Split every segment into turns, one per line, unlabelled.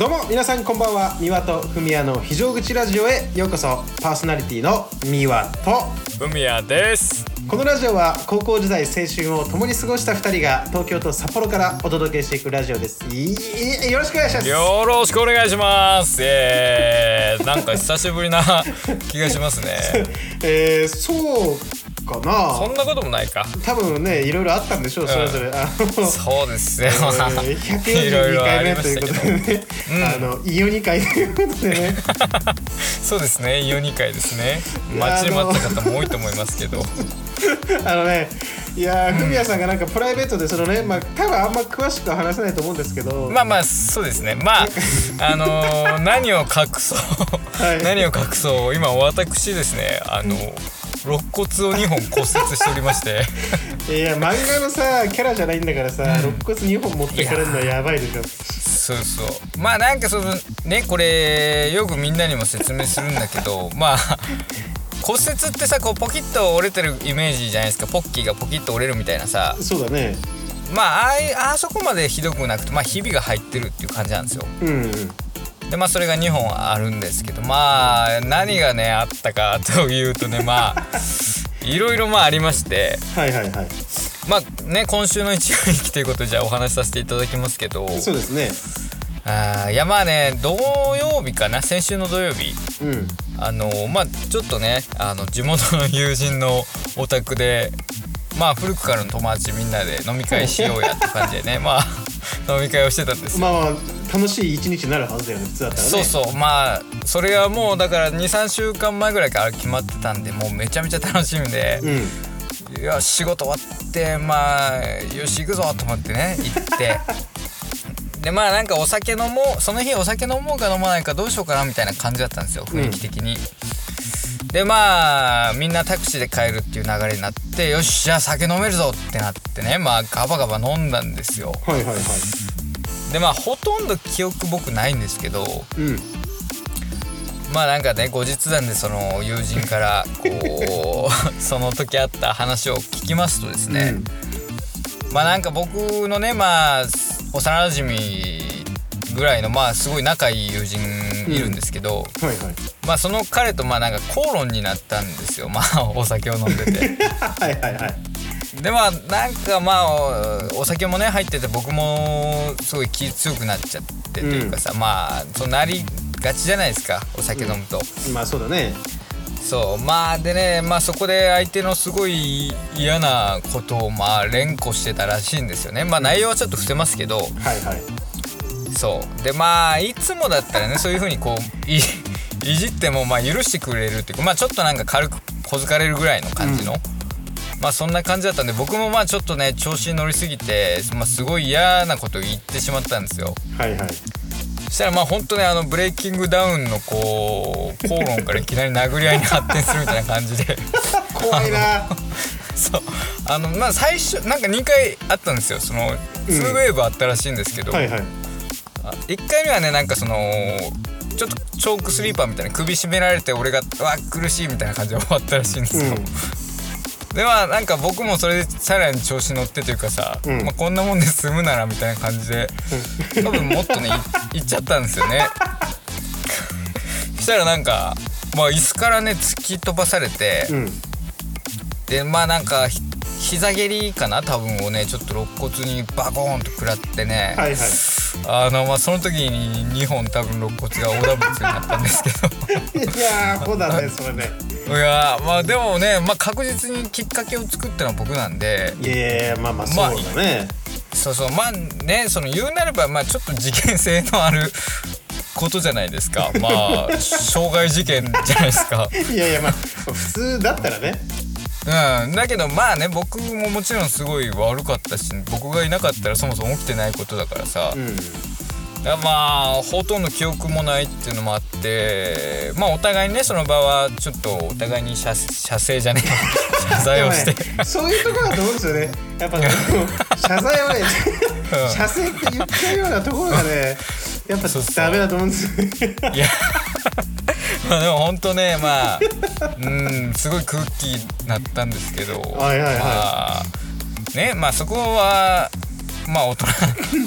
うも皆さんこんばんは三輪と文也の非常口ラジオへようこそパーソナリティの三輪と
文也です
このラジオは高校時代青春を共に過ごした2人が東京と札幌からお届けしていくラジオですいいよろしくお願いします
よろしくお願いしますえー、なんか久しぶりな気がします ね
えー、そうか
そん
な
なこともないか
多分ねいろいろあったんでしょうそれぞれ、あ の
そうですね、
えー
いろ
142
いろあ
回
り
目
ま
とい
し
う
た
こ
け
と
ど
でね、あのイオニ会ということでね
そうですね4 2回ですね
いや
待ちに待った方も多いと思いますけど
あのねいやーフミヤさんがなんかプライベートでそのねまあ多分あんま詳しくは話せないと思うんですけど、
まあまあそうですね まああのー何を隠そう、
い
何を隠そう今私ですねあの肋骨を2本骨折しておりまして
いや漫画のさキャラじゃないんだからさ、肋骨2本持ってかれるのはやばいでしょ
そうそうまあなんかそのねこれよくみんなにも説明するんだけどまあ 骨折ってさこうポキッと折れてるイメージじゃないですかポッキーがポキッと折れるみたいなさ
そうだね
まあああいあそこまでひどくなくてまあひびが入ってるっていう感じなんですよ
うん
でまあそれが2本あるんですけどまあ何がねあったかというとねまあ いろいろまあありまして
はいはいはい
まあね今週の一応きということでじゃあお話しさせていただきますけど
そうですね
あーいやまあね土曜日かな先週の土曜日
うん
あのまあちょっとねあの地元の友人のお宅でまあ古くからの友達みんなで飲み会しようやって感じで ねまあ飲み会をしてたんですよ
まあまあ楽しい一日になるはずだよね普通だったらね
そうそうまあそれがもうだから23週間前ぐらいから決まってたんでもうめちゃめちゃ楽しみで、
うん
いや仕事終わってまあよし行くぞと思ってね行ってでまあなんかお酒飲もうその日お酒飲もうか飲まないかどうしようかなみたいな感じだったんですよ雰囲気的に、でまあみんなタクシーで帰るっていう流れになってよしじゃあ酒飲めるぞってなってねまあガバガバ飲んだんですよ
はいはいはい
でまあほとんど記憶僕ないんですけど
うん
まあなんかね後日談でその友人からこう その時あった話を聞きますとですね、まあなんか僕のねまあ幼馴染ぐらいのまあすごい仲いい友人いるんですけど、
うんはいはい
まあその彼とまあなんか口論になったんですよまあお酒を飲んで て。
はいはいはい
でまあなんかまあおお酒もね入ってて僕もすごい気強くなっちゃってというかさ、まあそうなりがちじゃないですかお酒飲むと。
まあそうだね
そうまあでね、まあ、そこで相手のすごい嫌なことをまあ連呼してたらしいんですよねまあ内容はちょっと伏せますけど
はいはい
そうでまあいつもだったらねそういうふうにこうい いじってもまあ許してくれるっていうかまあちょっとなんか軽く小づかれるぐらいの感じの、まあそんな感じだったんで僕もまあちょっとね調子に乗りすぎて、まあ、すごい嫌なことを言ってしまったんですよ。
はいはい
そしたらまあ本当ねあのブレイキングダウンのこう口論からいきなり殴り合いに発展するみたいな感じで。
怖いな
そうあのまあ最初なんか2回あったんですよその2ウェーブあったらしいんですけど、
はいはい
1回目はねなんかそのちょっとチョークスリーパーみたいな首絞められて俺がうわ苦しいみたいな感じで終わったらしいんですよ、でまあなんか僕もそれでさらに調子乗ってというかさ、
ん
まあ、こんなもんで済むならみたいな感じで多分もっとねいいっちゃったんですよねそしたらなんかまあ椅子からね突き飛ばされて、
うん
でまあなんかひ膝蹴りかな多分をねちょっと肋骨にバコーンと食らってね、
はいはい
あのまあその時に2本多分肋骨がオダブツになったんですけ
いやーそうだねそれね
ど いやーまあでもね、まあ、確実にきっかけを作ったのは僕なんで
いやいやまあまあそうだね、
そうそうまあねその言うなればまあちょっと事件性のあることじゃないですかまあ傷害事件じゃないですか。
いやいやまあ普通だったらね
うん、だけどまあね僕ももちろんすごい悪かったし僕がいなかったらそもそも起きてないことだからさ、
うん
いやまあほとんど記憶もないっていうのもあってまあお互いにねその場はちょっとお互いに謝謝罪じゃねえ謝罪をして
でもねそういうところだと思うんですよねやっぱね謝罪 はね
うん
謝罪って言っちゃうようなところがねやっぱ
そうそう
ダメだと思うんですよね
いやまあでもほんとねまあうんすごい空気になったんですけど
はいはいはい
まあねまあそこはまあ大人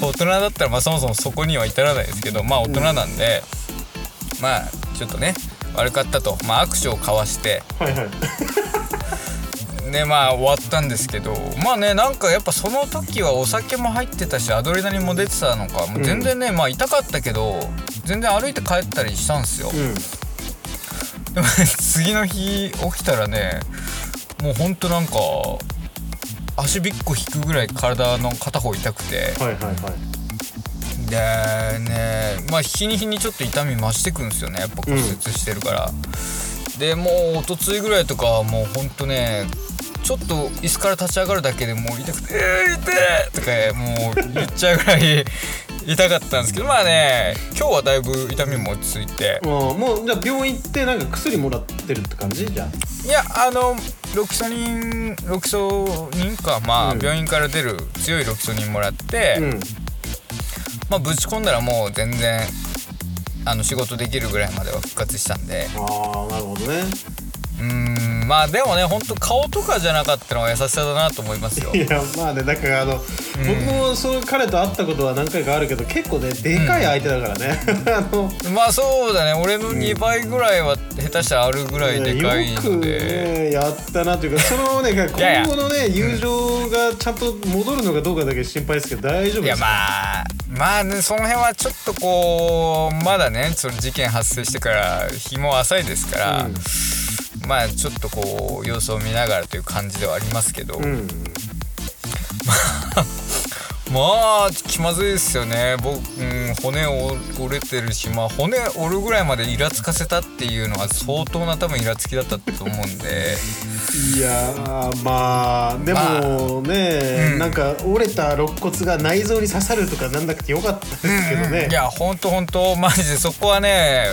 大人だったらまあそもそもそこには至らないですけどまあ大人なんで、まあちょっとね悪かったと、まあ、握手を交わして
はいはい
ねまあ終わったんですけどまあねなんかやっぱその時はお酒も入ってたしアドレナリンも出てたのかもう全然ね、まあ痛かったけど全然歩いて帰ったりしたんですよ。
うん
でもね次の日起きたらねもうほんとなんか足びっこ引くぐらい体の片方痛くて
はいはいはい
でねまあ日に日にちょっと痛み増してくんですよねやっぱ骨折してるから、でもう一昨日ぐらいとかはもうほんとねちょっと椅子から立ち上がるだけでもう痛くて「えー、痛え!」とかもう言っちゃうぐらい痛かったんですけどまあね今日はだいぶ痛みも落ち着いて
もうもうじゃあ病院行ってなんか薬もらってるって感じじゃ
いやあのロキソニンロキソニンかまあ、
うん
病院から出る強いロキソニンもらって
あ、、うん
まあぶち込んだらもう全然あの仕事できるぐらいまでは復活したんで
ああなるほどね
うーんまあでもねほんと顔とかじゃなかったのは優しさだなと思 いますよ
いやまあねだからあの、僕もそう彼と会ったことは何回かあるけど結構ねでかい相手だからね、 あの
まあそうだね俺の2倍ぐらいは下手したらあるぐらいでかい
よ
の
く
で。
ねやったなというかそのね
いやいや
今後のね友情がちゃんと戻るのかどうかだけ心配ですけど大丈夫
い
で
や
す
ま
か
あまあねその辺はちょっとこうまだねその事件発生してから日も浅いですから、
うん
まあちょっとこう様子を見ながらという感じではありますけど、
うん
まあ気まずいですよね僕、うん、骨折れてるしまあ骨折るぐらいまでイラつかせたっていうのは相当な多分イラつきだったと思うんで
いやーまあでもね、
うん
なんか折れた肋骨が内臓に刺さるとかなんなくてよかったですけどね、
いやほんとほんとマジでそこはね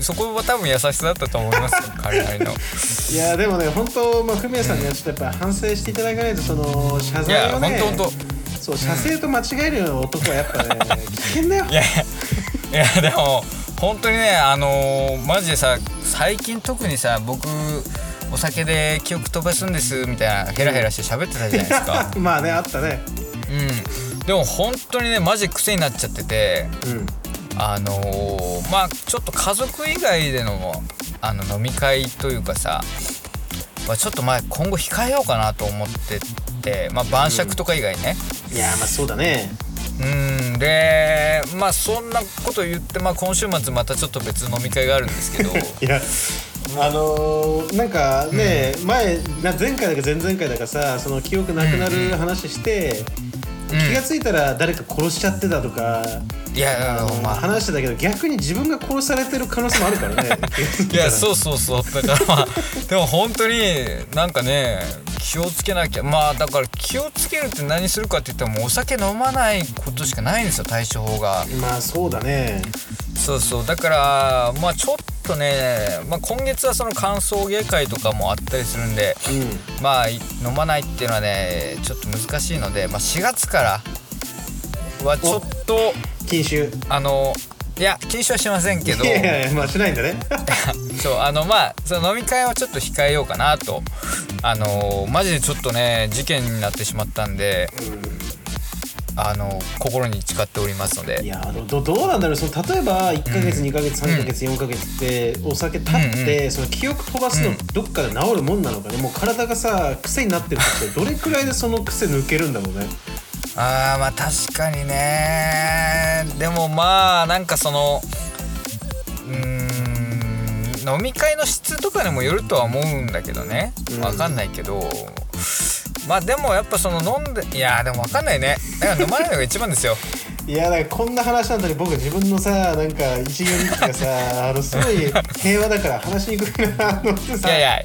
そこは多分優しさだったと思いますよ彼なりの。
いやでもね本当まあフミヤさんにはちょっとやっぱ反省していただかないとその謝
い
罪
や
を
ほ
ね
んとほんと
そう射精と間違えるような男はやっぱね危険だよ
いやいやいやでも本当にねあのーマジでさ最近特にさ僕お酒で記憶飛ばすんですみたいなヘラヘラして喋ってたじゃないです か
まあねあったね
うんでも本当にねマジ癖になっちゃってて
うん
あのーまあちょっと家族以外でのあの飲み会というかさ、まあ、ちょっと前今後控えようかなと思ってて、まあ、晩酌とか以外ね、
いやまあそうだね
うんでまあそんなこと言って、まあ、今週末またちょっと別の飲み会があるんですけ ど
いやあのーなんかね、前な前回だか前々回だかさその記憶なくなる話して、気がついたら誰か殺しちゃってたとか、
いやあの
まあ、
まあ
話してたけど逆に自分が殺されてる可能性もあるからね
いやそうそうそうだからまあ でも本当になんかね気をつけなきゃまあだから気をつけるって何するかって言ってもお酒飲まないことしかないんですよ対処法が
まあそうだね
そうそうだからまあちょっとね、まあ、今月はその歓送迎会とかもあったりするんで
う
まあい飲まないっていうのはねちょっと難しいので、まあ、4月からはちょっと
ん禁酒
あのいや禁止はしませんけど
いやいやいやまあしないんだね
そうあのまあその飲み会はちょっと控えようかなとあのマジでちょっとね事件になってしまったんで、あの心に誓っておりますの
い
で
やどどどうなんだろうその例えば1か月2か月3か月4か月ってお酒立って、その記憶飛ばすのどっかで治るもんなのかね、もう体がさ癖になってるとしてどれくらいでその癖抜けるんだろうね
あーまあ確かにねでもまあなんかそのうーん飲み会の質とかにもよるとは思うんだけどね
うん
わかんないけど、まあでもやっぱその飲んでいやーでもわかんないねだから飲まないのが一 番ですよ
いやだからこんな話なのに僕自分のさなんか一行日記が さあのすごい平和だから話しにくいなと思って
い
さ
やいや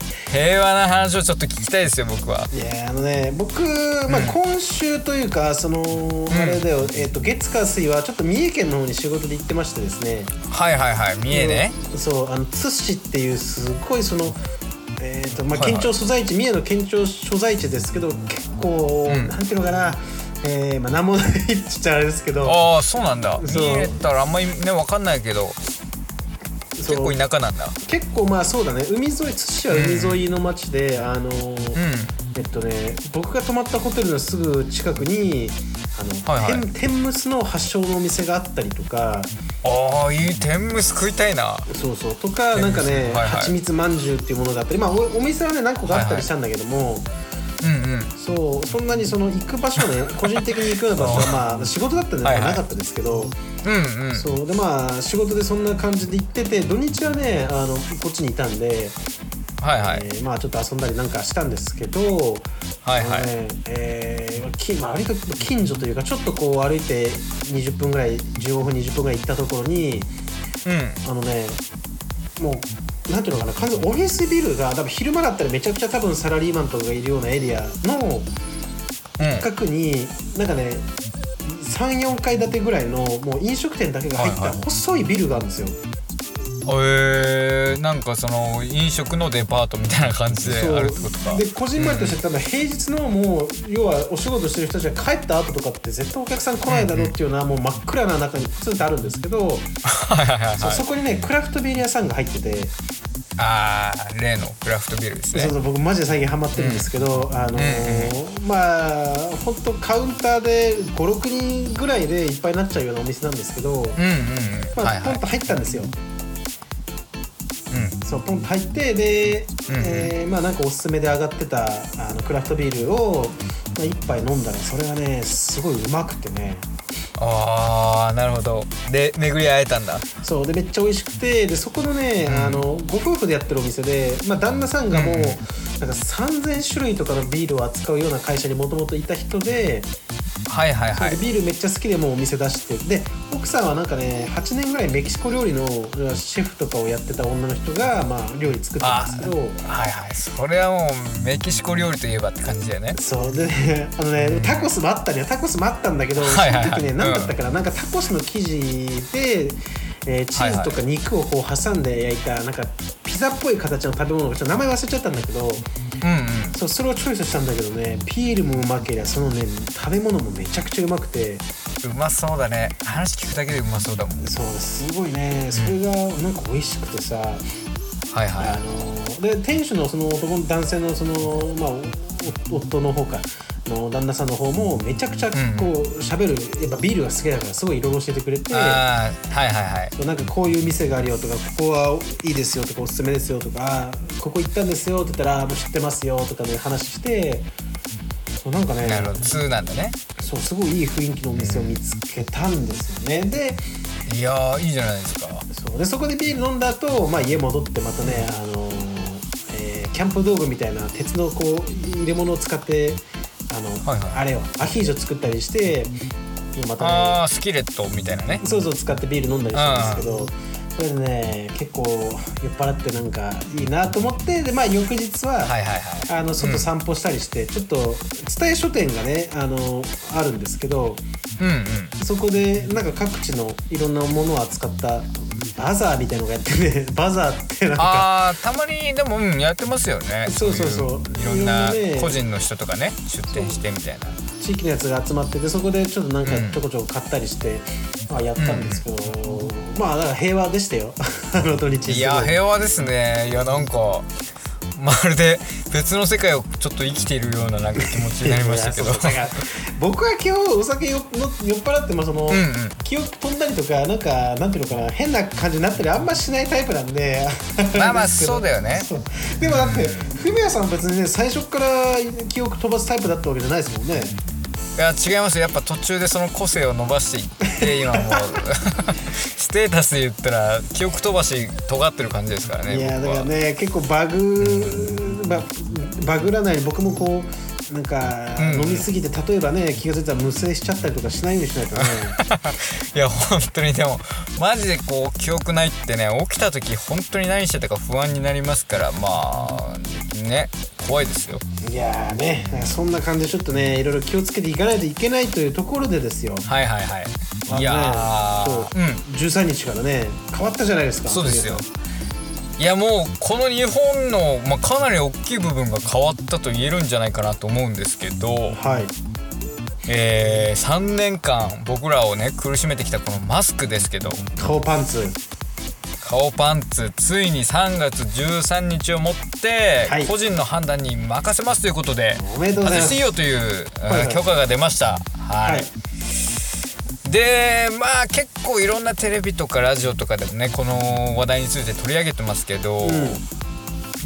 平和な話をちょっと聞きたいですよ僕はい
やあのね僕、まあ、今週というか、そのあれだよ、えっと月火水はちょっと三重県の方に仕事で行ってましてですね
はいはいはい三重ね
そうあの津市っていうすごいそのえーとまあ、
はいはい
県庁所在地、三重の県庁所在地ですけど結構、
うん
なんていうのかな、えーまあ、名もないって言っちゃあれですけど
ああそうなんだ
そう
三重ったらあんまりねわかんないけど
そ
結
う
構田舎なんだ
結構まあそうだね海沿い津市は海沿いの町で、あのー
うん
えっとね僕が泊まったホテルのすぐ近くにあの、
はいはい
天天むすの発祥のお店があったりとか
ああいい天むす食いたいな
そうそうとか
天
な
む
ん
す
かね
はいはい
蜂蜜まんじゅうっていうものがあったりまあおお店はね何個かあったりしたんだけども、
うんうん
そうそんなにその行く場所 はね個人的に行くような場所はまあ仕事だったんで
はいはい
なかったですけど、
うんうん
そうでまあ仕事でそんな感じで行ってて土日はねあのこっちにいたんで、
はいは
え
い
ーまあちょっと遊んだりなんかしたんですけど、
はい
あ
は
の
い
ねえーきまあ、割と近所というかちょっとこう歩いて20分ぐらい15分20分ぐらい行ったところに
うん
あのねもうなんていうのかな完全にオフィスビルが多分昼間だったらめちゃくちゃ多分サラリーマンとかがいるようなエリアの
うん
近くになんかね34階建てぐらいのもう飲食店だけが入っ
はい
た
はい
細いビルがあるんですよ。
えー、なんかその飲食のデパートみたいな感じで
そう
あるってことか
でこじんまりとして多分平日のもう要はお仕事してる人たちが帰った後とかって絶対お客さん来ないだろうっていうのはもう真っ暗な中にプツンとあるんですけど、
はいはいはい
そう
はい
そこにねクラフトビール屋さんが入ってて、
ああ例のクラフトビールですね
そうそう僕マジで最近ハマってるんですけど、あのーまあ本当カウンターで56人ぐらいでいっぱいになっちゃうようなお店なんですけど、
うんうんうん
ま
は
あ、
い
ポ
は
ン
い
と入ったんですよ。
うん
そうポンと入ってで、
うんうん
えーまあなんかおすすめで上がってたあのクラフトビールを、まあ、1杯飲んだらそれがねすごいうまくてね
ああなるほどで巡り会えたんだ
そうでめっちゃ美味しくてでそこのね、
うん
あのご夫婦でやってるお店で、まあ、旦那さんがもう、
うん
なんか3,000種類とかのビールを扱うような会社にもともといた人で,、
はいはいはい
でビールめっちゃ好きでもうお店出してで奥さんはなんかね8年ぐらいメキシコ料理のシェフとかをやってた女の人が、まあ、料理作ったんですけど。
はいはいそれはもうメキシコ料理といえばって感じだよね
そうでねあのね、タコスもあったねタコスもあったんだけど、
はいはいはい
その時ね何だったかな、なんかタコスの生地で、えーチーズとか肉をこう挟んで焼いた、なんかピザっぽい形の食べ物がちょっと名前忘れちゃったんだけど
うんうん
そうそれをチョイスしたんだけどねピールもうまけりゃそのね食べ物もめちゃくちゃうまくて
うまそうだね話聞くだけでうまそうだもん
そうすごいねそれがなんか美味しくてさ、
はいはい
あので店主のその男の男性のその、まあ、おお夫の方かの旦那さんの方もめちゃくちゃこう喋る、やっぱビールが好きだからすごいいろいろ教えてくれて。
あーはいはいはい
なんかこういう店があるよとかここはいいですよとかおすすめですよとかあーここ行ったんですよって言ったらあーもう知ってますよとかね話してそうなんかね
なるほど2なんだね
そうすごいいい雰囲気のお店を見つけたんですよねで
いやーいいじゃないですか
そうでそこでビール飲んだ後、まあ家戻ってまたね、あのーえーキャンプ道具みたいな鉄のこう入れ物を使ってあの、
はいはい
あれをアヒージョ作ったりしてまた、ね、
あースキレットみたいなね
そうそう使ってビール飲んだりしたんですけどそれでね結構酔っ払ってなんかいいなと思ってで、まあ、翌日は、
はいはいはい
あの外散歩したりして、ちょっと伝え書店がねあのあるんですけど
うんうん
そこでなんか各地のいろんなものを扱ったバザーみたいのがやってて バザーってなんか
あーたまにでも、うん、やってますよね
そうそうそう
いろんない
ろんなね
個人の人とかね出店してみたいな
地域のやつが集まっててそこでちょっとなんか
うん
ちょこちょこ買ったりして、まあ、やったんですけど、 まあだから平和でしたよあの土日
いや
和
平和ですねいやなんかまるで別の世界をちょっと生きているようななんか気持ちになりまし たけど
僕は基本お酒よの酔っ払ってもその、
うんうん
記憶飛んだりとかなんかなんていうのかな変な感じになったりあんましないタイプなんで
まあまあそうだよね
そうでもだってフミヤさん別にね最初から記憶飛ばすタイプだったわけじゃないですもんね
いや違いますよやっぱ途中でその個性を伸ばしていって今もう ステータスで言ったら記憶飛ばし尖ってる感じですからね
いやだ
僕
か
は
らね結構バグ、ババグらないように僕もこうなんか、
うん
飲みすぎて例えばね気が付いたら無声しちゃったりとかしないようにしない とね
いや本当にでもマジでこう記憶ないってね起きた時本当に何してたか不安になりますからまあね怖いですよ
いやーねなんかそんな感じでちょっとねいろいろ気をつけていかないといけないというところでですよ
はいはいはいいや
あのねそ
ー
う
うん
13日からね変わったじゃないですか
そうですよいやもうこの日本の、まあ、かなり大きい部分が変わったと言えるんじゃないかなと思うんですけど、
はい
えー、3年間僕らをね苦しめてきたこのマスクですけど
顔パンツ
顔パンツついに3月13日をもって
はい
個人の判断に任せますということで、
おめでとうございま
外し
す
ていいよという、うん
はいはい
許可が出ましたはい、
はい
でまあ結構いろんなテレビとかラジオとかでもねこの話題について取り上げてますけど、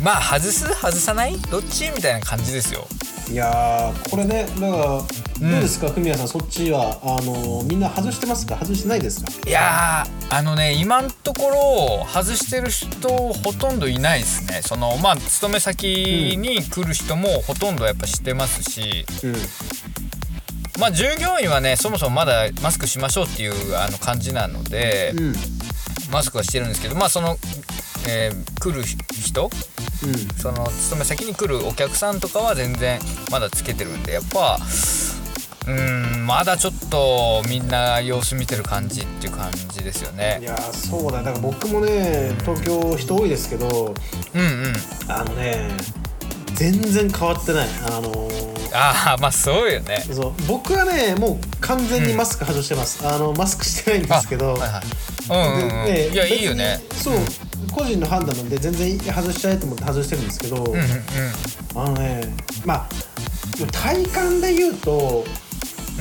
まあ外す外さないどっちみたいな感じですよ
いやーこれねだからどうですか、フミヤさんそっちはあのーみんな外してますか外してないですか
いやーあのね今のところ外してる人ほとんどいないですねそのまあ勤め先に来る人もほとんどやっぱしてますし、
うん
まあ従業員はねそもそもまだマスクしましょうっていうあの感じなので、
うんうん
マスクはしてるんですけどまあその、えー来る人その勤め先に来るお客さんとかは全然まだつけてるんでやっぱうーんまだちょっとみんな様子見てる感じっていう感じですよ
い
ね
やーそうだだから僕もね東京人多いですけど
うんうん
あのね全然変わってないあのー
ああまあそうよね
そう僕はねもう完全にマスク外してます、あのマスクしてないんですけど、
あはいはいうんうんうん、
で
いや
別
い
に
いよね
そう、個人の判断なんで全然外したいと思って外してるんですけど、
うんうん
あのねまあ体感で言うと
う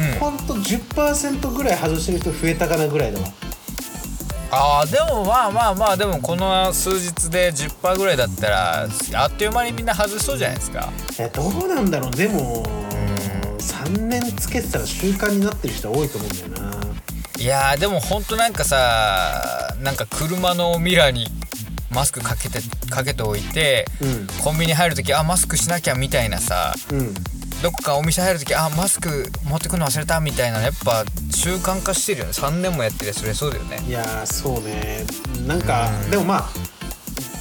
んうん
ほんと10%ぐらい外してる人増えたかなぐらいだわ
ああでもまあまあまあでもこの数日で10%ぐらいだったらあっという間にみんな外しそうじゃないですか
えどうなんだろうでも3年つけてたら習慣になってる人は多いと思うんだよない
やーでもほんとなんかさなんか車のミラーにマスクかけてかけておいて
う
コンビニ入る時あマスクしなきゃみたいなさ
んうん
どっかお店入る時あマスク持ってくの忘れたみたいなやっぱ習慣化してるよね3年もやってるそれそうだよね
いやーそうねなんか、でもまあ、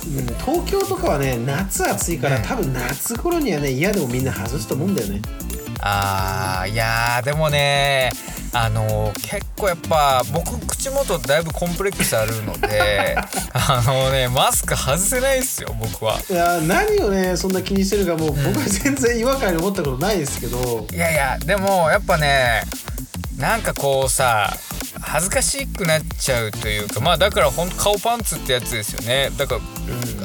うん、東京とかはね夏暑いから、
ね
多分夏頃にはね嫌でもみんな外すと思うんだよね
あーいやーでもねあのー結構やっぱ僕口元だいぶコンプレックスあるの であのねマスク外せないっすよ僕はい
やー何をねそんな気にしてるかもう、僕は全然違和感に思ったことないですけど
いやいやでもやっぱねなんかこうさ恥ずかしくなっちゃうというかまあだからほんと顔パンツってやつですよねだか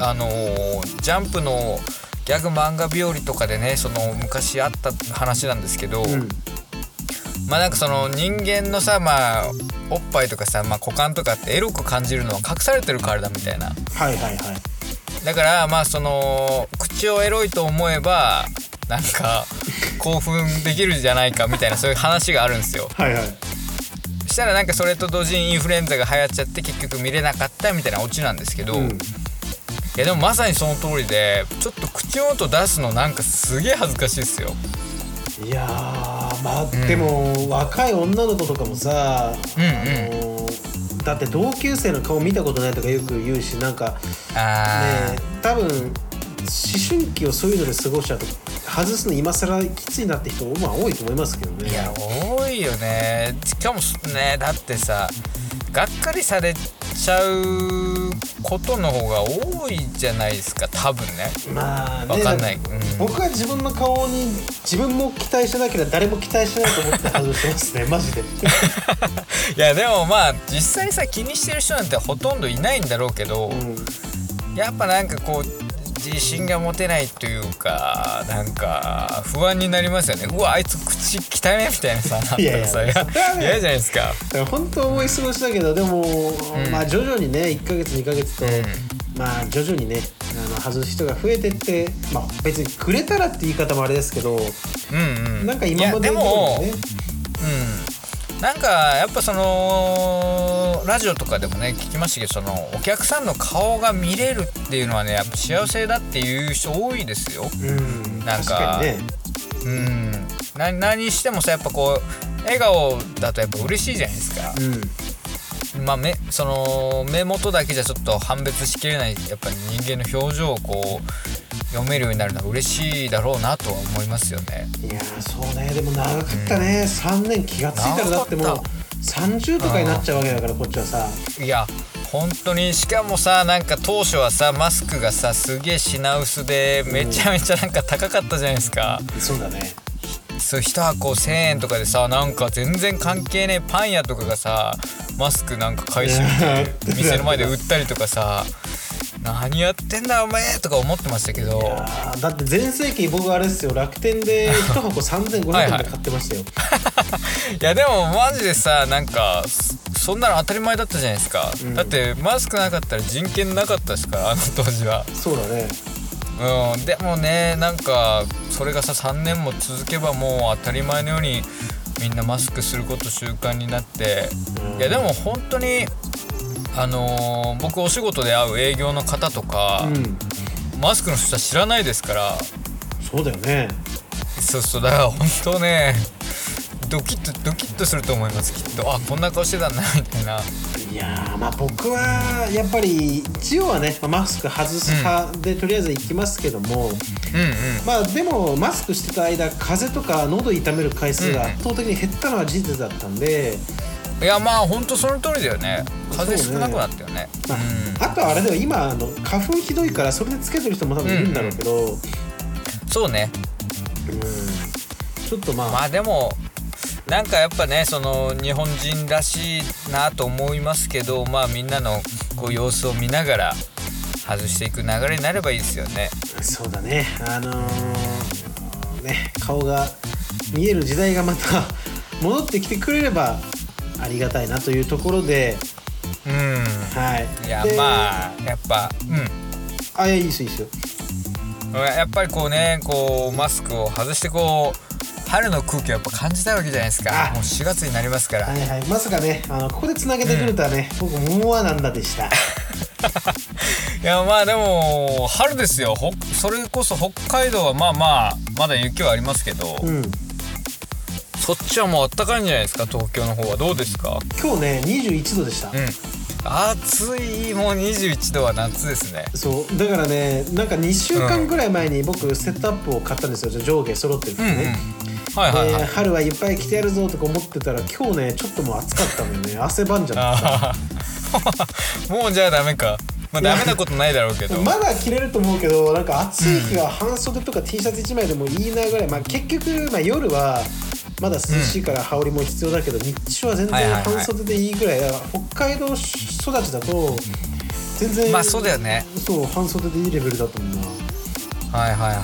ら、あのージャンプのギャグ漫画日和とかでねその昔あった話なんですけど、
うん
まあなんかその人間のさまあおっぱいとかさ、まあ、股間とかってエロく感じるのは隠されてるからだみたいな
はいはいはい
だからまあその口をエロいと思えばなんか興奮できるじゃないかみたいなそういう話があるんですよ
はいはい
したらなんかそれと同時にインフルエンザが流行っちゃって結局見れなかったみたいなオチなんですけど、
うん
いやでもまさにその通りでちょっと口元出すのなんかすげえ恥ずかしいっすよ
いやーまあ、でも若い女の子とかもさ、
うんうん
あのーだって同級生の顔見たことないとかよく言うしなんか
あー、
ね多分思春期をそういうので過ごしちゃうと外すの今更きついなって人まあ多いと思いますけどね
いや多いよねしかもねだってさがっかりされちゃうことの方が多いじゃないですか多分ね
まあね
わかんない
だら
うん
僕は自分の顔に自分も期待してなければ誰も期待してないと思って外してますねマジで
いやでもまあ実際さ気にしてる人なんてほとんどいないんだろうけど、
う
やっぱなんかこう自信が持てないというかなんか不安になりますよねうわあいつ口汚いみたいなさなんか
いやいや
さ
それはね
嫌じゃないですか
ん本当思い過ごしだけどでも、まあ徐々にね1ヶ月2ヶ月と、まあ徐々にねあの外す人が増えてってまあ別にくれたらって言い方もあれですけど
うんうん
なんか今まで
いやで
以
も
上にね
うん、なんかやっぱそのラジオとかでもね聞きましたけどそのお客さんの顔が見れるっていうのはねやっぱ幸せだっていう人多いですよ。
うん
なんか
確かにね
うん、な何してもさやっぱこう笑顔だとやっぱ嬉しいじゃないですか。
うん
まあ、目その目元だけじゃちょっと判別しきれないやっぱ人間の表情をこう読めるようになるのは嬉しいだろうなとは思いますよね。
いやーそうねでも長かったね、3年気がついたらだってもう
長かった
30とかになっちゃうわけだからこっちはさ
いや本当にしかもさなんか当初はさマスクがさすげえ品薄でめちゃめちゃなんか高かったじゃないですか、
そうだね
そう一箱1,000円とかでさなんか全然関係ねえパン屋 とかがさマスクなんか買い占めて店の前で売ったりとかさ何やってんだお前とか思ってましたけど
あーだって全盛期僕あれですよ楽天で1箱3500円で買ってましたよ
いやでもマジでさなんかそんなの当たり前だったじゃないですか、
うん
だってマスクなかったら人権なかったですからあの当時は
そうだね
うんでもねなんかそれがさ3年も続けばもう当たり前のようにみんなマスクすること習慣になって
うん
いやでも本当にあのー僕お仕事で会う営業の方とか
う、ん
マスクの人は知らないですから
そうだよね
そうそうだから本当ねドキッとドキッとすると思いますきっとあこんな顔してたんだみたいない
やーまあ僕はやっぱり一応はねまあマスク外す派でとりあえず行きますけども、
うんうん
まあでもマスクしてた間風邪とか喉痛める回数が圧倒的に減ったのは事実だったんで、
いやまあ本当その通りだよね風邪少なくなったよね
まああとはあれでは今あの花粉ひどいからそれでつけてる人も多分いるんだろうけど、うん
うんそうね
ちょっとまあ、
まあでもなんかやっぱねその日本人らしいなと思いますけどまあみんなのこう様子を見ながら外していく流れになればいいですよね
そうだねあのーね顔が見える時代がまた 戻ってきてくれればありがたいなというところで
うん
はい
いや
で
まあやっぱうん
あいやいいですよいいですよ
やっぱりこうねこうマスクを外してこう春の空気をやっぱ感じたいわけじゃないですか
あ
もう4月になりますから
はいはいまさかねあのここでつなげてくるとはね、僕思わなんだで した
いやまあでも春ですよほそれこそ北海道はまあまあまだ雪はありますけど、
うん
そっちはもう暖かいんじゃないですか東京の方はどうですか
今日ね21度でした、
うん暑いもう21度は夏ですね
そうだからねなんか2週間ぐらい前に僕セットアップを買ったんですよじゃあ上下揃ってるんで
うんうん
ね、
はいはいはい、
で春はいっぱい来てやるぞとか思ってたら今日ねちょっともう暑かったのでね汗ばんじゃっ
あー もうじゃあダメかまあダメなことないだろうけ
て
ど
まだ着れると思うけどなんか暑い日は半袖とか T シャツ1枚でもいいなぐらい、まあ、結局、まあ、夜はまだ涼しいから羽織も必要だけど、日中は全
は
然
いはいはい
半袖でいいぐらいだから北海道育ちだと全然
まあそうだよね
そう半袖でいいレベルだと思うな
はいはいは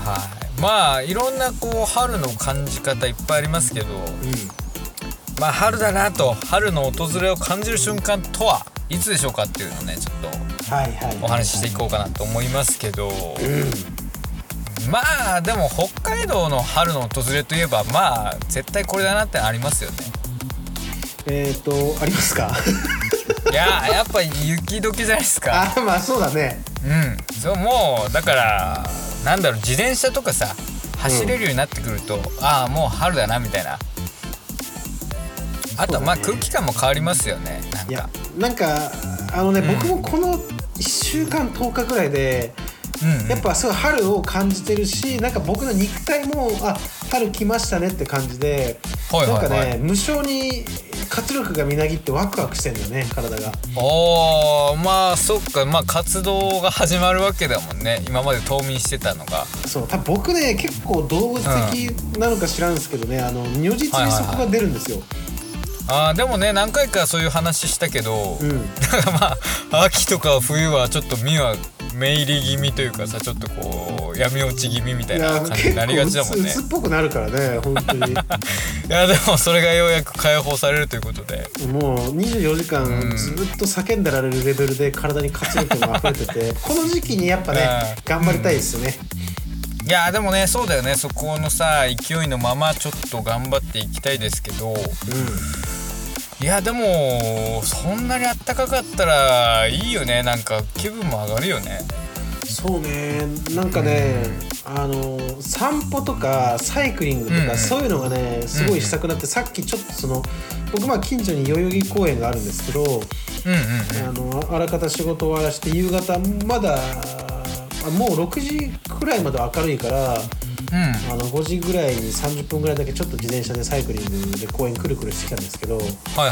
いまあいろんなこう春の感じ方いっぱいありますけど
う
まあ春だなと春の訪れを感じる瞬間とはいつでしょうかっていうのをねちょっと
んはいはいはい、
お話ししていこうかなと思いますけど
うん
まあでも北海道の春の訪れといえばまあ絶対これだなってありますよ ね
えっ、とありますか
いややっぱ雪解けじゃないです か
あまあそうだね
うんそうもうだからなんだろう自転車とかさ走れるようになってくると、ああもう春だなみたいなあとはまあ
そうだね
空気感も変わりますよねなん
いや
か
なんかあのね、
うん
僕もこの1週間10日ぐらいで
うんうん
やっぱすごい春を感じてるしなんか僕の肉体もあ春来ましたねって感じで、
はいはいはい
なんかね無性に活力がみなぎってワクワクしてんだよね体が
おーまあそっかまあ活動が始まるわけだもんね今まで冬眠してたのが
そう多分僕ね結構動物的なのか知らんすけどね、あの如実にそこが出るんですよ、
あーでもね何回かそういう話したけど、
うん
だからまあ秋とか冬はちょっと身は目入り気味というかさちょっとこう闇落ち気味みたいな感じになりがちだもんね
結構鬱鬱っぽくなるからね本当 に
いやでもそれがようやく解放されるということで
もう24時間ずっと叫んでられるレベルで体に活力が溢れててこの時期にやっぱね
うん
頑張りたいですよね、
いやでもねそうだよねそこのさ勢いのままちょっと頑張っていきたいですけど
う
いやでもそんなにあったかかったらいいよねなんか気分も上がるよ
ん、
ね
そうねなんかね、あの散歩とかサイクリングとか、
うんうん
そういうのがねすごいしたくなって、さっきちょっとその僕まあ近所に代々木公園があるんですけど、
うんうん
あのあらかた仕事終わらして夕方まだあもう6時くらいまでは明るいから。
うんうん
あの5時ぐらいに30分ぐらいだけちょっと自転車でサイクリングで公園くるくるしてきたんですけど
はいはいは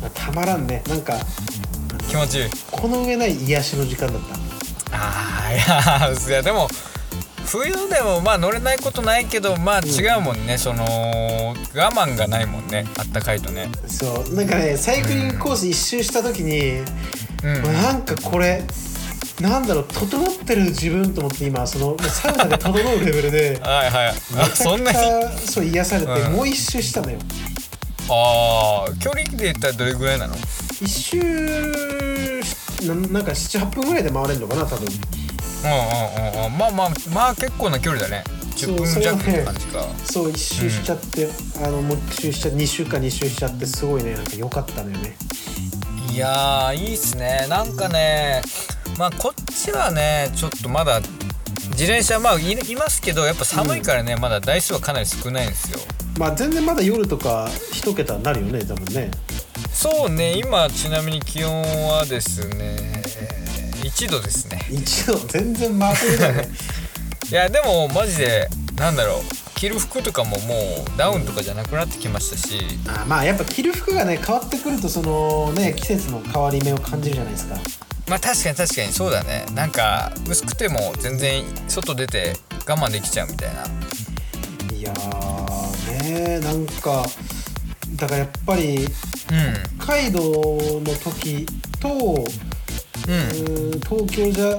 いは
たまらんねなんか
い気持ちいい
この上ない癒しの時間だった
ああいやーいやでも冬でもまあ乗れないことないけどまあ違うもんね、その我慢がないもんねあったかいとね
そうなんかねサイクリングコース一周した時に、
うん
なんかこれなんだろう整ってる自分と思って今そのサウナで整うレベルで
は いはい あそんな
め
に
ちゃくちゃそう癒されて、
うん
もう一周したのよ
ああ距離で言ったらどれぐらいなの
一周ななんか78分ぐらいで回れるのかな多分
うんうんうんうんまあまあまあ結構な距離だね
そ
10
う
分
それは
弱っ
ね
て感じか
そう一周しちゃって、あのもう一周しちゃ2週か2周しちゃってすごいねなんか良かったのよね
いやーいいっすねなんかねまあこっちはねちょっとまだ自転車まあいいますけどやっぱ寒いからね、まだ台数はかなり少ないんですよ
まあ全然まだ夜とか一桁になるよね多分ね
そうね今ちなみに気温はですね1度ですね
一度全然真冬だね
いやでもマジでなんだろう着る服とかももうダウンとかじゃなくなってきましたし
あーまあやっぱ着る服がね変わってくるとそのね季節の変わり目を感じるじゃないですか
まあ確かに確かにそうだねなんか薄くても全然外出て我慢できちゃうみたいない
やーねーなんかだからやっぱり
う
北海道の時と
んうん
うーん東京じゃ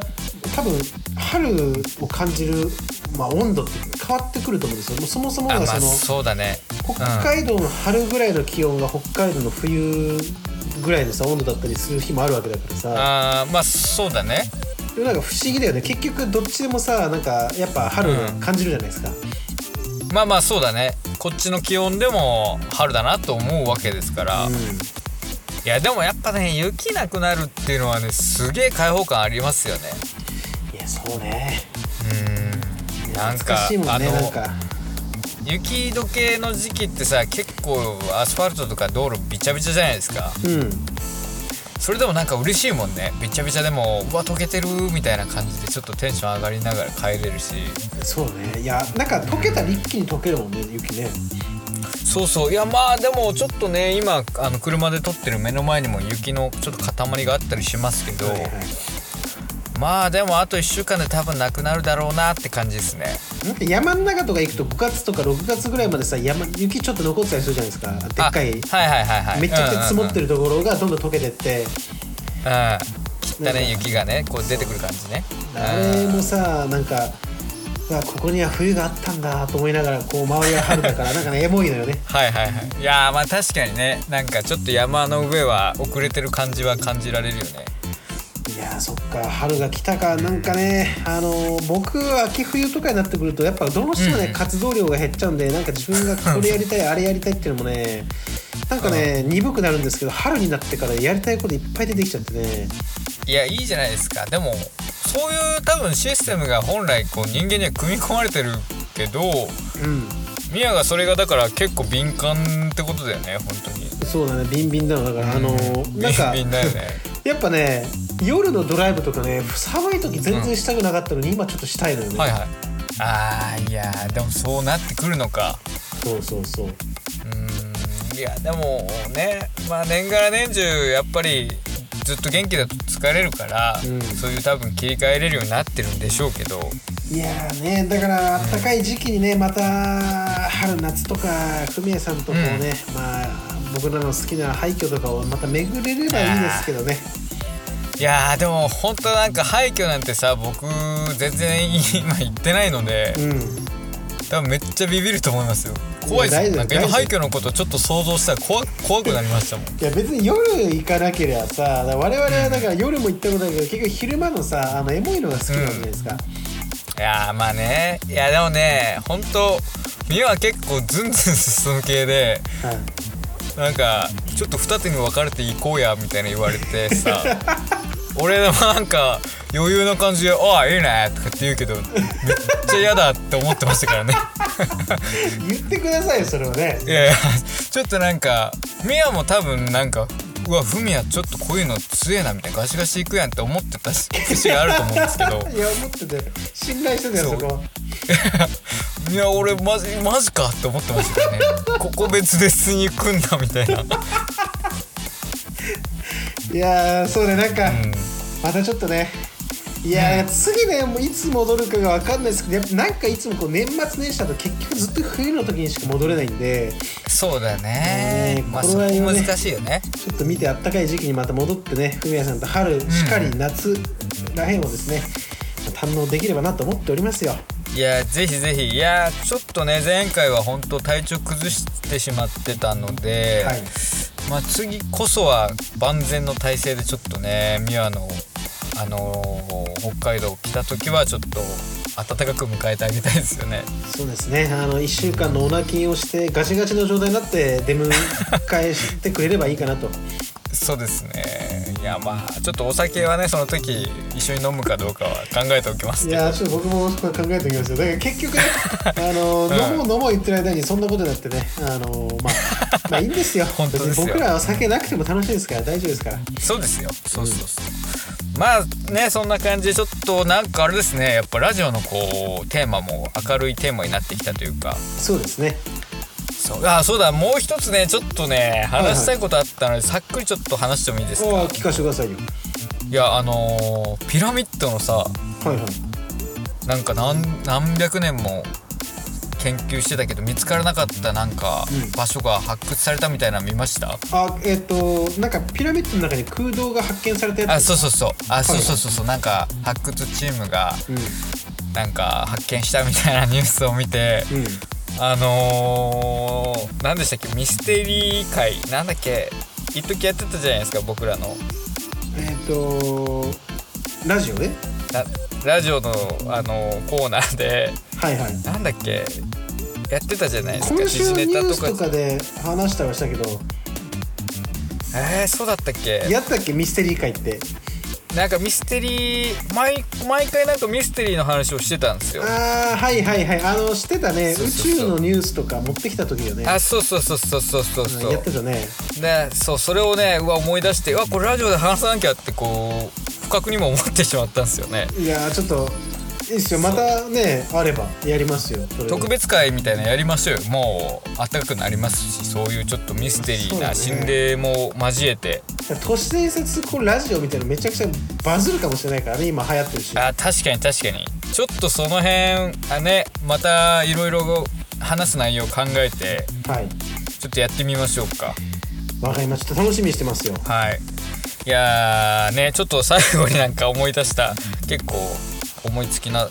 多分春を感じる、まあ、温度って変わってくると思うんですよもうそもそもが
あまあ
その、
そうだね
北海道の春ぐらいの気温が北海道の冬ぐらいのさ温度だったりする日もあるわけだからさ
あーまあそうだね
でもなんか不思議だよね結局どっちでもさなんかやっぱ春を感じるじゃないですか、
まあまあそうだねこっちの気温でも春だなと思うわけですから、
うん
いやでもやっぱね雪なくなるっていうのはねすげえ開放感ありますよね
いやそうね
うんなん
懐
か
しいもん
あ
ね
の
なんか
雪解けの時期ってさ結構アスファルトとか道路びちゃびちゃじゃないですか
うん
それでもなんか嬉しいもんねびちゃびちゃでもうわ溶けてるみたいな感じでちょっとテンション上がりながら帰れるし
そうねいやなんか溶けたら一気に溶けるもんね雪ね
そうそういやまあでもちょっとね今あの車で撮ってる目の前にも雪のちょっと塊があったりしますけど、
はいはい
まあでもあと1週間で多分なくなるだろうなって感じですね
なんか山の中とか行くと5月とか6月ぐらいまでさ山雪ちょっと残ってたりするじゃないですかでっかい
あはいはいはいはい
めちゃくちゃ積もって
る、
るところがどんどん溶けてって
うんうんうん汚い雪がねこう出てくる感じね
あれ
うん
もさなんかうわここには冬があったんだと思いながらこう周りは春だからなんかねエモいのよね
はいはいはいいやーまあ確かにねなんかちょっと山の上は遅れてる感じは感じられるよね
いやーそっか春が来たかなんかねあのー僕秋冬とかになってくるとやっぱどうしてもね、
うん
活動量が減っちゃうんでなんか自分がこれ やりたいあれやりたいっていうのもねなんかね、鈍くなるんですけど春になってからやりたいこといっぱい出てきちゃってね
いやいいじゃないですかでもそういう多分システムが本来こう人間には組み込まれてるけど
うん
ミヤがそれがだから結構敏感ってことだよね本当に
そうだねビンビンだのだから、あのーなんか
敏敏だよね
やっぱ ね夜のドライブとかね寒い時全然したくなかったのに、今ちょっとしたいのよね、
はいはいあーいやーでもそうなってくるのか
そうそうそう
うーんいやでもねまあ年がら年中やっぱりずっと元気だと疲れるから、
うん
そういう多分切り替えれるようになってるんでしょうけど
いやーねだから暖かい時期にねまた春夏とか久美江さんとこうね、まあ僕らの好きな廃墟とかをまた巡れればいいですけどね
いやーでも本当なんか廃墟なんてさ僕全然今行ってないので
うん
多分めっちゃビビると思いますよ怖いで
大
す
丈夫
なんか今
大
廃
丈
墟のことちょっと想像したら怖怖くなりましたもん
いや別に夜行かなければさ我々はだから夜も行ったことないけど結局昼間のさあのエモいのが好きなんじゃないですか、
いやーまあねいやでもね本当美は結構ズンズン進む系で
はい
なんかちょっと二手に分かれて行こうやみたいな言われて さ俺でもなんか余裕な感じで「ああいいね」とかって言うけどめっちゃ嫌だって思ってました からね
言ってくださいよそれをね
いやいやちょっとなんかミヤも多分なんか「うわフミヤちょっとこういうの強えな」みたいなガシガシ行くやんって思ってたし節があると思うんですけ ど
いや思ってて信頼してたよ
そ
そうこはい
や俺マジマジかって思ってましたからねここ別で普通に行くんだみたいな、う
いやーそうねなんか、
ん、
またちょっとねいやー、次ねもういつ戻るかが分かんないですけどやっぱなんかいつもこう年末年始だと結局ずっと冬の時にしか戻れないんで
そうだね
ねえ
まあ
こ
そこ
れはね
難しいよね
ちょっと見てあったかい時期にまた戻ってねフミヤさんと春しかり夏、らへんをですね堪能できればなと思っておりますよ
いやぜひぜひいやちょっとね前回は本当体調崩してしまってたので、
はい
まあ、次こそは万全の体制でちょっとねミワの、あのー北海道来た時はちょっと暖かく迎えてあげたいですよね。
そうですねあの1週間のオナキンをしてガチガチの状態になって出迎えしてくれればいいかなと
そうですねいやまあちょっとお酒はねその時一緒に飲むかどうかは考えておきます
い
けど
やーちょっと僕も考えておきますよだから結局 ねあの、飲もう飲もう言ってる間にそんなことになってねあのまあ まあいいんですよ
本当ですよ
別に僕らは酒なくても楽しいですから大丈夫ですから
そうですよそうそうそう、まあねそんな感じでちょっとなんかあれですねやっぱラジオのこうテーマも明るいテーマになってきたというか
そうですね
そうあそうだもう一つねちょっとね話したいことあったので、さっくりちょっと話してもいいですか
おー聞かせてくださいよ
いやあのーピラミッドのさ
はいはい
なんか何何百年も研究してたけど見つからなかったなんか
うん
場所が発掘されたみたいなの見ました、
あえっ、となんかピラミッドの中に空洞が発見されたやつ
あそうそうそうあそう
はい
そうそうそうなんか発掘チームが
うん
なんか発見したみたいなニュースを見て
うん
あのー、何でしたっけミステリー界なんだっけ一時やってたじゃないですか僕らの
えっ、とラジオね
なラジオの、あのーコーナーで
はいはい
なんだっけやってたじゃないですか
今週
時事
ニュースとかで話したはしたけど
えー、そうだったっけ
やったっけミステリー界って
なんかミステリー毎毎回なんかミステリーの話をしてたんですよ
ああはいはいはいあのしてたね
そうそう
宇
そう
宙のニュースとか持ってきた時よね
あそうそうそうそうそうそう
うん
そ
やっ
う
てたね
ねそうそれをねうわ思い出してうわこれラジオで話さなきゃってこう不覚にも思ってしまったんですよね
いやーちょっといいっすよまたねあればやりますよそれ
特別会みたいなのやりましょうよもう暖かくなりますしそういうちょっとミステリーな
そうだね
心霊も交えて、
都市伝説こうラジオみたいなのめちゃくちゃバズるかもしれないからね今流行ってるし
あ確かに確かにちょっとその辺あねまたいろいろ話す内容を考えて
はい
ちょっとやってみましょうか
わかりました楽しみにしてますよ
はいいやーねちょっと最後になんか思い出した結構思いつきな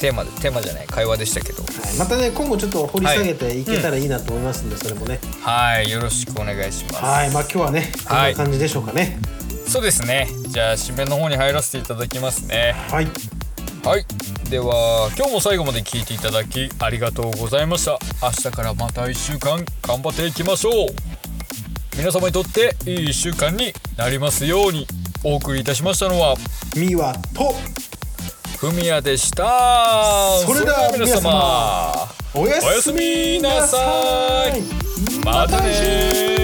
テーマでテーマじゃない会話でしたけど
はいまたね今後ちょっと掘り下げていけたらいいなと思いますんで、それもね
はいよろしくお願いします
はいまあ今日はねこん
は
ない感じでしょうかね
そうですねじゃあ締めの方に入らせていただきますね
はい
はいでは今日も最後まで聞いていただきありがとうございました明日からまた1週間頑張っていきましょう皆様にとっていい1週間になりますようにお送りいたしましたのは
ミワと
ふみやでした
それでは
それでは皆様
おや
おやすみなさい
い
またねー